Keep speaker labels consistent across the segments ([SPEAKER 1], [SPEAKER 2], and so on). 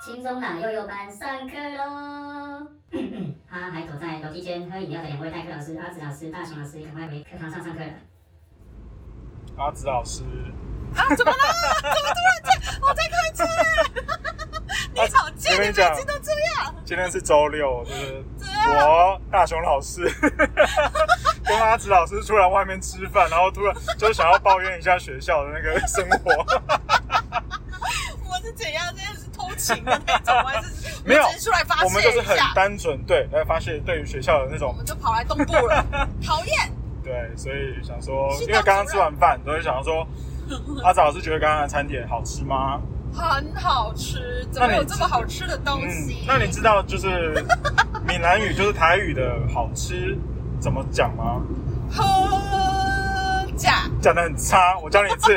[SPEAKER 1] 轻松朗幼幼班上课喽！ 他还躲在楼梯间喝饮料的两位代课老师阿紫老师、大雄老师，赶快回课堂上上课了。
[SPEAKER 2] 阿紫老师，
[SPEAKER 3] 啊，怎么了？怎么突然间我在开车？ 你好贱，
[SPEAKER 2] 我
[SPEAKER 3] 你
[SPEAKER 2] 跟
[SPEAKER 3] 每
[SPEAKER 2] 你讲
[SPEAKER 3] 次都这样。
[SPEAKER 2] 今天是周六，就是
[SPEAKER 3] 怎啊
[SPEAKER 2] 我大雄老师 跟阿紫老师出来外面吃饭，然后突然就是想要抱怨一下学校的那个生活。
[SPEAKER 3] 我是怎样？真的是偷情的那种，我还是
[SPEAKER 2] 没有
[SPEAKER 3] 我只是出来 发泄
[SPEAKER 2] 我们就是
[SPEAKER 3] 一
[SPEAKER 2] 很
[SPEAKER 3] 下，
[SPEAKER 2] 单纯，对，来发泄对于学校的那
[SPEAKER 3] 我
[SPEAKER 2] 种
[SPEAKER 3] 们就跑来东部了，讨厌。
[SPEAKER 2] 对，所以想说，
[SPEAKER 3] 是
[SPEAKER 2] 因为刚刚
[SPEAKER 3] 当主任
[SPEAKER 2] 吃完饭，所以想说，阿紫老师觉得刚刚的餐点好吃吗？
[SPEAKER 3] 很好吃，怎么
[SPEAKER 2] 那你
[SPEAKER 3] 有这么好吃的东西？
[SPEAKER 2] 嗯那你知道就是闽南语就是台语的好吃怎么讲吗？
[SPEAKER 3] 喝假
[SPEAKER 2] 讲的很差，我教你一 次。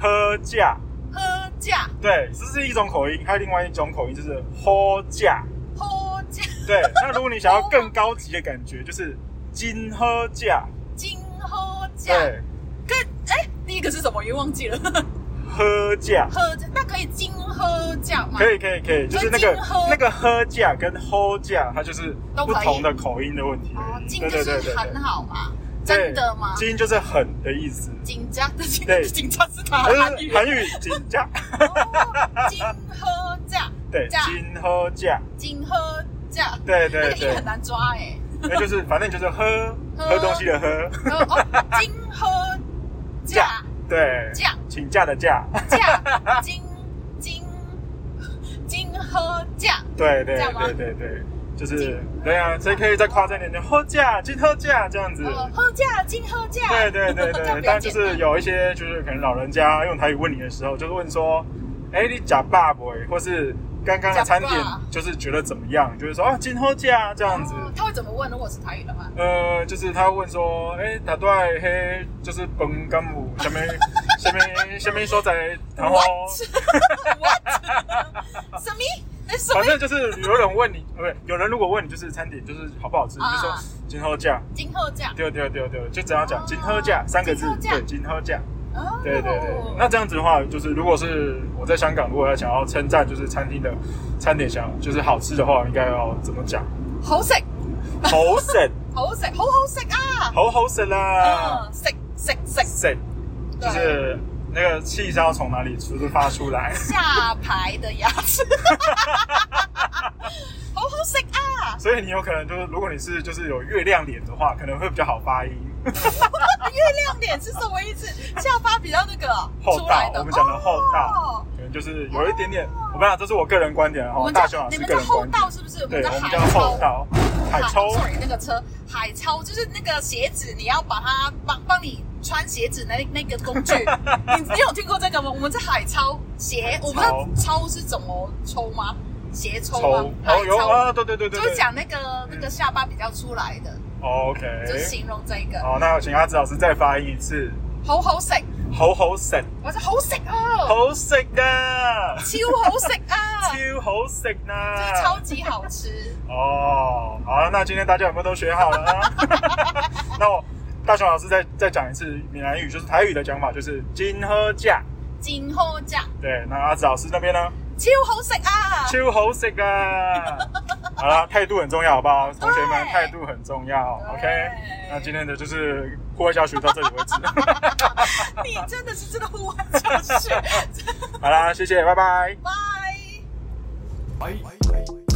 [SPEAKER 2] 喝价，
[SPEAKER 3] 喝假
[SPEAKER 2] 对，这是一种口音，还有另外一种口音就是喝价，
[SPEAKER 3] 喝假
[SPEAKER 2] 对。那如果你想要更高级的感觉，就是金喝价，
[SPEAKER 3] 金喝假，
[SPEAKER 2] 对，
[SPEAKER 3] 可哎，第一个是什么？我又忘记了。
[SPEAKER 2] 喝价。
[SPEAKER 3] 喝假那可以金喝假吗？
[SPEAKER 2] 可以可以可以，就是那个
[SPEAKER 3] 所以金喝
[SPEAKER 2] 那个喝价跟吼价，它就是
[SPEAKER 3] 都可
[SPEAKER 2] 不
[SPEAKER 3] 以
[SPEAKER 2] 同的口音的问题
[SPEAKER 3] 哦
[SPEAKER 2] 而，已。
[SPEAKER 3] 金
[SPEAKER 2] 对
[SPEAKER 3] 就
[SPEAKER 2] 对对
[SPEAKER 3] 是
[SPEAKER 2] 对，
[SPEAKER 3] 很好嘛，
[SPEAKER 2] 对
[SPEAKER 3] 真的吗？
[SPEAKER 2] 金就是很的意思，
[SPEAKER 3] 紧张的紧
[SPEAKER 2] 对
[SPEAKER 3] 紧张是他
[SPEAKER 2] 它是
[SPEAKER 3] 韩语。
[SPEAKER 2] 韩语金价，
[SPEAKER 3] 哦金喝假，
[SPEAKER 2] 对，
[SPEAKER 3] 价
[SPEAKER 2] 金喝价，
[SPEAKER 3] 金喝假，
[SPEAKER 2] 对
[SPEAKER 3] 那
[SPEAKER 2] 对
[SPEAKER 3] 个音
[SPEAKER 2] 对
[SPEAKER 3] 很，难抓哎。
[SPEAKER 2] 那就是反正就是喝
[SPEAKER 3] 喝
[SPEAKER 2] 喝东西的喝，
[SPEAKER 3] 哦哦，金喝假
[SPEAKER 2] 对，
[SPEAKER 3] 假
[SPEAKER 2] 请假的假，
[SPEAKER 3] 假金金金喝假。
[SPEAKER 2] 对对
[SPEAKER 3] 这样吗
[SPEAKER 2] 对对对，就是对啊，所以可以再夸张一点，就喝价金喝价这样子。
[SPEAKER 3] 哦，喝假金喝假，
[SPEAKER 2] 对对对
[SPEAKER 3] 这
[SPEAKER 2] 对，
[SPEAKER 3] 样 比较
[SPEAKER 2] 但就是
[SPEAKER 3] 简单
[SPEAKER 2] 有一些就是可能老人家用台语问你的时候，就是问说，哎，你假爸不？或是刚刚的餐点
[SPEAKER 3] 吃饱
[SPEAKER 2] 就是觉得怎么样？就是说啊，今后假这样子。
[SPEAKER 3] 哦他会怎么问？如果是台语的话，
[SPEAKER 2] 呃，就是他问说，哎，打断嘿，就是本干姆下面下面下面所在，然 后
[SPEAKER 3] What？什么？那 什
[SPEAKER 2] 反
[SPEAKER 3] 么？
[SPEAKER 2] 正就是有人问你，呃 不是，有人如果问你就是餐点就是好不好吃，你就说
[SPEAKER 3] 啊
[SPEAKER 2] 今后价，
[SPEAKER 3] 金喝假。
[SPEAKER 2] 对对对对，就只要讲今后价三个字
[SPEAKER 3] 哦今后，价
[SPEAKER 2] 对，今后价。
[SPEAKER 3] 哦
[SPEAKER 2] 对对对，那这样子的话，就是如果是我在香港，如果要想要称赞就是餐厅的餐点想就是好吃的话，应该要怎么 讲？
[SPEAKER 3] 好食，
[SPEAKER 2] 好食，
[SPEAKER 3] 好食，好好食啊！
[SPEAKER 2] 好好食啦
[SPEAKER 3] 嗯，，食食食，
[SPEAKER 2] 食啊就
[SPEAKER 3] 对
[SPEAKER 2] 是那个气是要从哪里出发出来？
[SPEAKER 3] 下排的牙齿，好好食啊！
[SPEAKER 2] 所以你有可能就是，如果你是就是有月亮脸的话，可能会比较好发音。
[SPEAKER 3] 月亮脸是什么意思？下巴比较那个哦
[SPEAKER 2] 厚
[SPEAKER 3] 出
[SPEAKER 2] 道
[SPEAKER 3] 来，的，
[SPEAKER 2] 我们讲的厚道
[SPEAKER 3] 哦，
[SPEAKER 2] 可能就是有一点点。我跟你讲，这是我个人观点
[SPEAKER 3] 我
[SPEAKER 2] 哈，
[SPEAKER 3] 们
[SPEAKER 2] 大雄
[SPEAKER 3] 叫
[SPEAKER 2] 老
[SPEAKER 3] 你
[SPEAKER 2] 师
[SPEAKER 3] 们
[SPEAKER 2] 个
[SPEAKER 3] 叫
[SPEAKER 2] 人
[SPEAKER 3] 厚
[SPEAKER 2] 观点。
[SPEAKER 3] 道是不是？我
[SPEAKER 2] 对，
[SPEAKER 3] 们叫
[SPEAKER 2] 我们
[SPEAKER 3] 海
[SPEAKER 2] 叫
[SPEAKER 3] 涛
[SPEAKER 2] 厚。道，海抽。
[SPEAKER 3] sorry，那个车海超就是那个鞋子，你要把它帮帮你穿鞋子那那个工具，你你有听过这个吗？我们在海超鞋，我不知道超是怎么抽吗？鞋抽
[SPEAKER 2] 抽
[SPEAKER 3] 吗？海
[SPEAKER 2] 哦有
[SPEAKER 3] 超
[SPEAKER 2] 啊，对对对对，
[SPEAKER 3] 就
[SPEAKER 2] 对
[SPEAKER 3] 是讲那个那个下巴比较出来的，
[SPEAKER 2] OK，
[SPEAKER 3] 就是形容这个
[SPEAKER 2] 好，那请阿紫老师再发音一次，
[SPEAKER 3] 好好食，
[SPEAKER 2] 好好食，
[SPEAKER 3] 我说好食哦，
[SPEAKER 2] 好食啊，
[SPEAKER 3] 超好食啊，就
[SPEAKER 2] 超好食呢，
[SPEAKER 3] 是超级好吃。
[SPEAKER 2] 啊哦，好了，那今天大家有没有都学好了 呢？那我大雄老师再再讲一次闽南语，就是台语的讲法，就是金喝价。
[SPEAKER 3] 金好酱，
[SPEAKER 2] 对，那阿紫老师那边呢？
[SPEAKER 3] 超好食啊！
[SPEAKER 2] 超好食 啊！好啦，态度很重要，好不好？同学们，
[SPEAKER 3] 对
[SPEAKER 2] 态度很重要。
[SPEAKER 3] 对
[SPEAKER 2] OK，那今天的就是户外教学到这里为止。
[SPEAKER 3] 你真的是真的户外教 学，
[SPEAKER 2] 好啦，谢谢，拜拜。
[SPEAKER 3] 拜。
[SPEAKER 4] Bye.